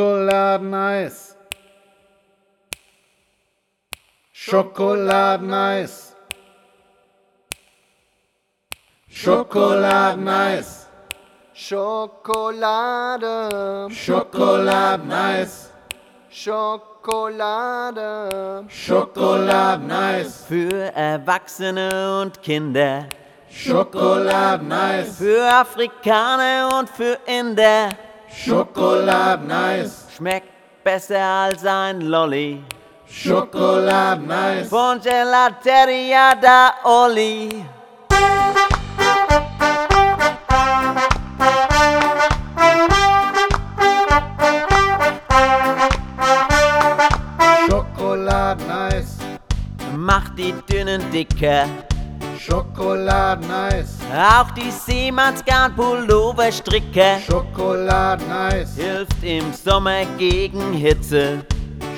Schokoladeneis. Schokoladeneis. Schokoladeneis. Schokolade, Schokoladeneis. Schokolade Schokoladeneis. für Erwachsene und Kinder, Schokoladeneis. für Afrikaner und für Inder. Schokoladeneis. Schmeckt besser als ein Lolli Schokoladeneis. von Gelateria da Oli. Schokoladeneis. Macht die Dünnen dicker, Schokoladeneis. auch die Seemannsgarn-Pulloverstricker. Schokoladeneis. Hilft im Sommer gegen Hitze.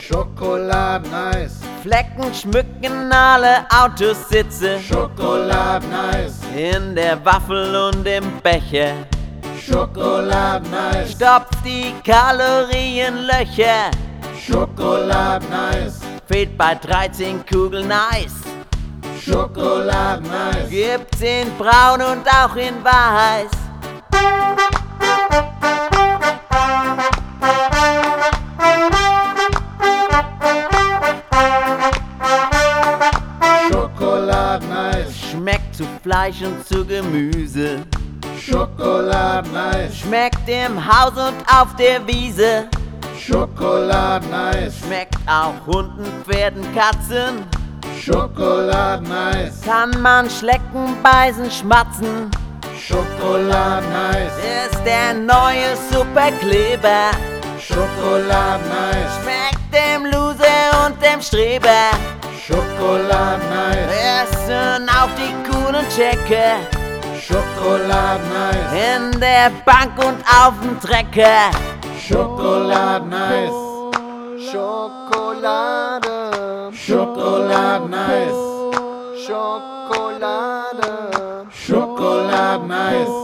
Schokoladeneis. Flecken schmücken alle Autositze. Schokoladeneis. In der Waffel und im Becher Schokoladeneis. stopft die Kalorienlöcher. Schokoladeneis. Fehlt bei 13 Kugeln Eis. Schokoladeneis. Gibt's in Braun und auch in Weiß. Schokoladeneis. Schmeckt zu Fleisch und zu Gemüse. Schokoladeneis. Schmeckt im Haus und auf der Wiese. Schokoladeneis. Schmeckt auch Hunden, Pferden, Katzen. Schokoladeneis. Kann man schlecken, beißen, schmatzen. Schokoladeneis. Ist der neue Superkleber. Schokoladeneis. Schmeckt dem Loser und dem Streber. Schokoladeneis. Essen auch die coolen Checker. Schokoladeneis. In der Bank und auf dem Trecker. Schokoladeneis. Schokolade, Schokoladeneis. Schokolade. Schokoladeneis.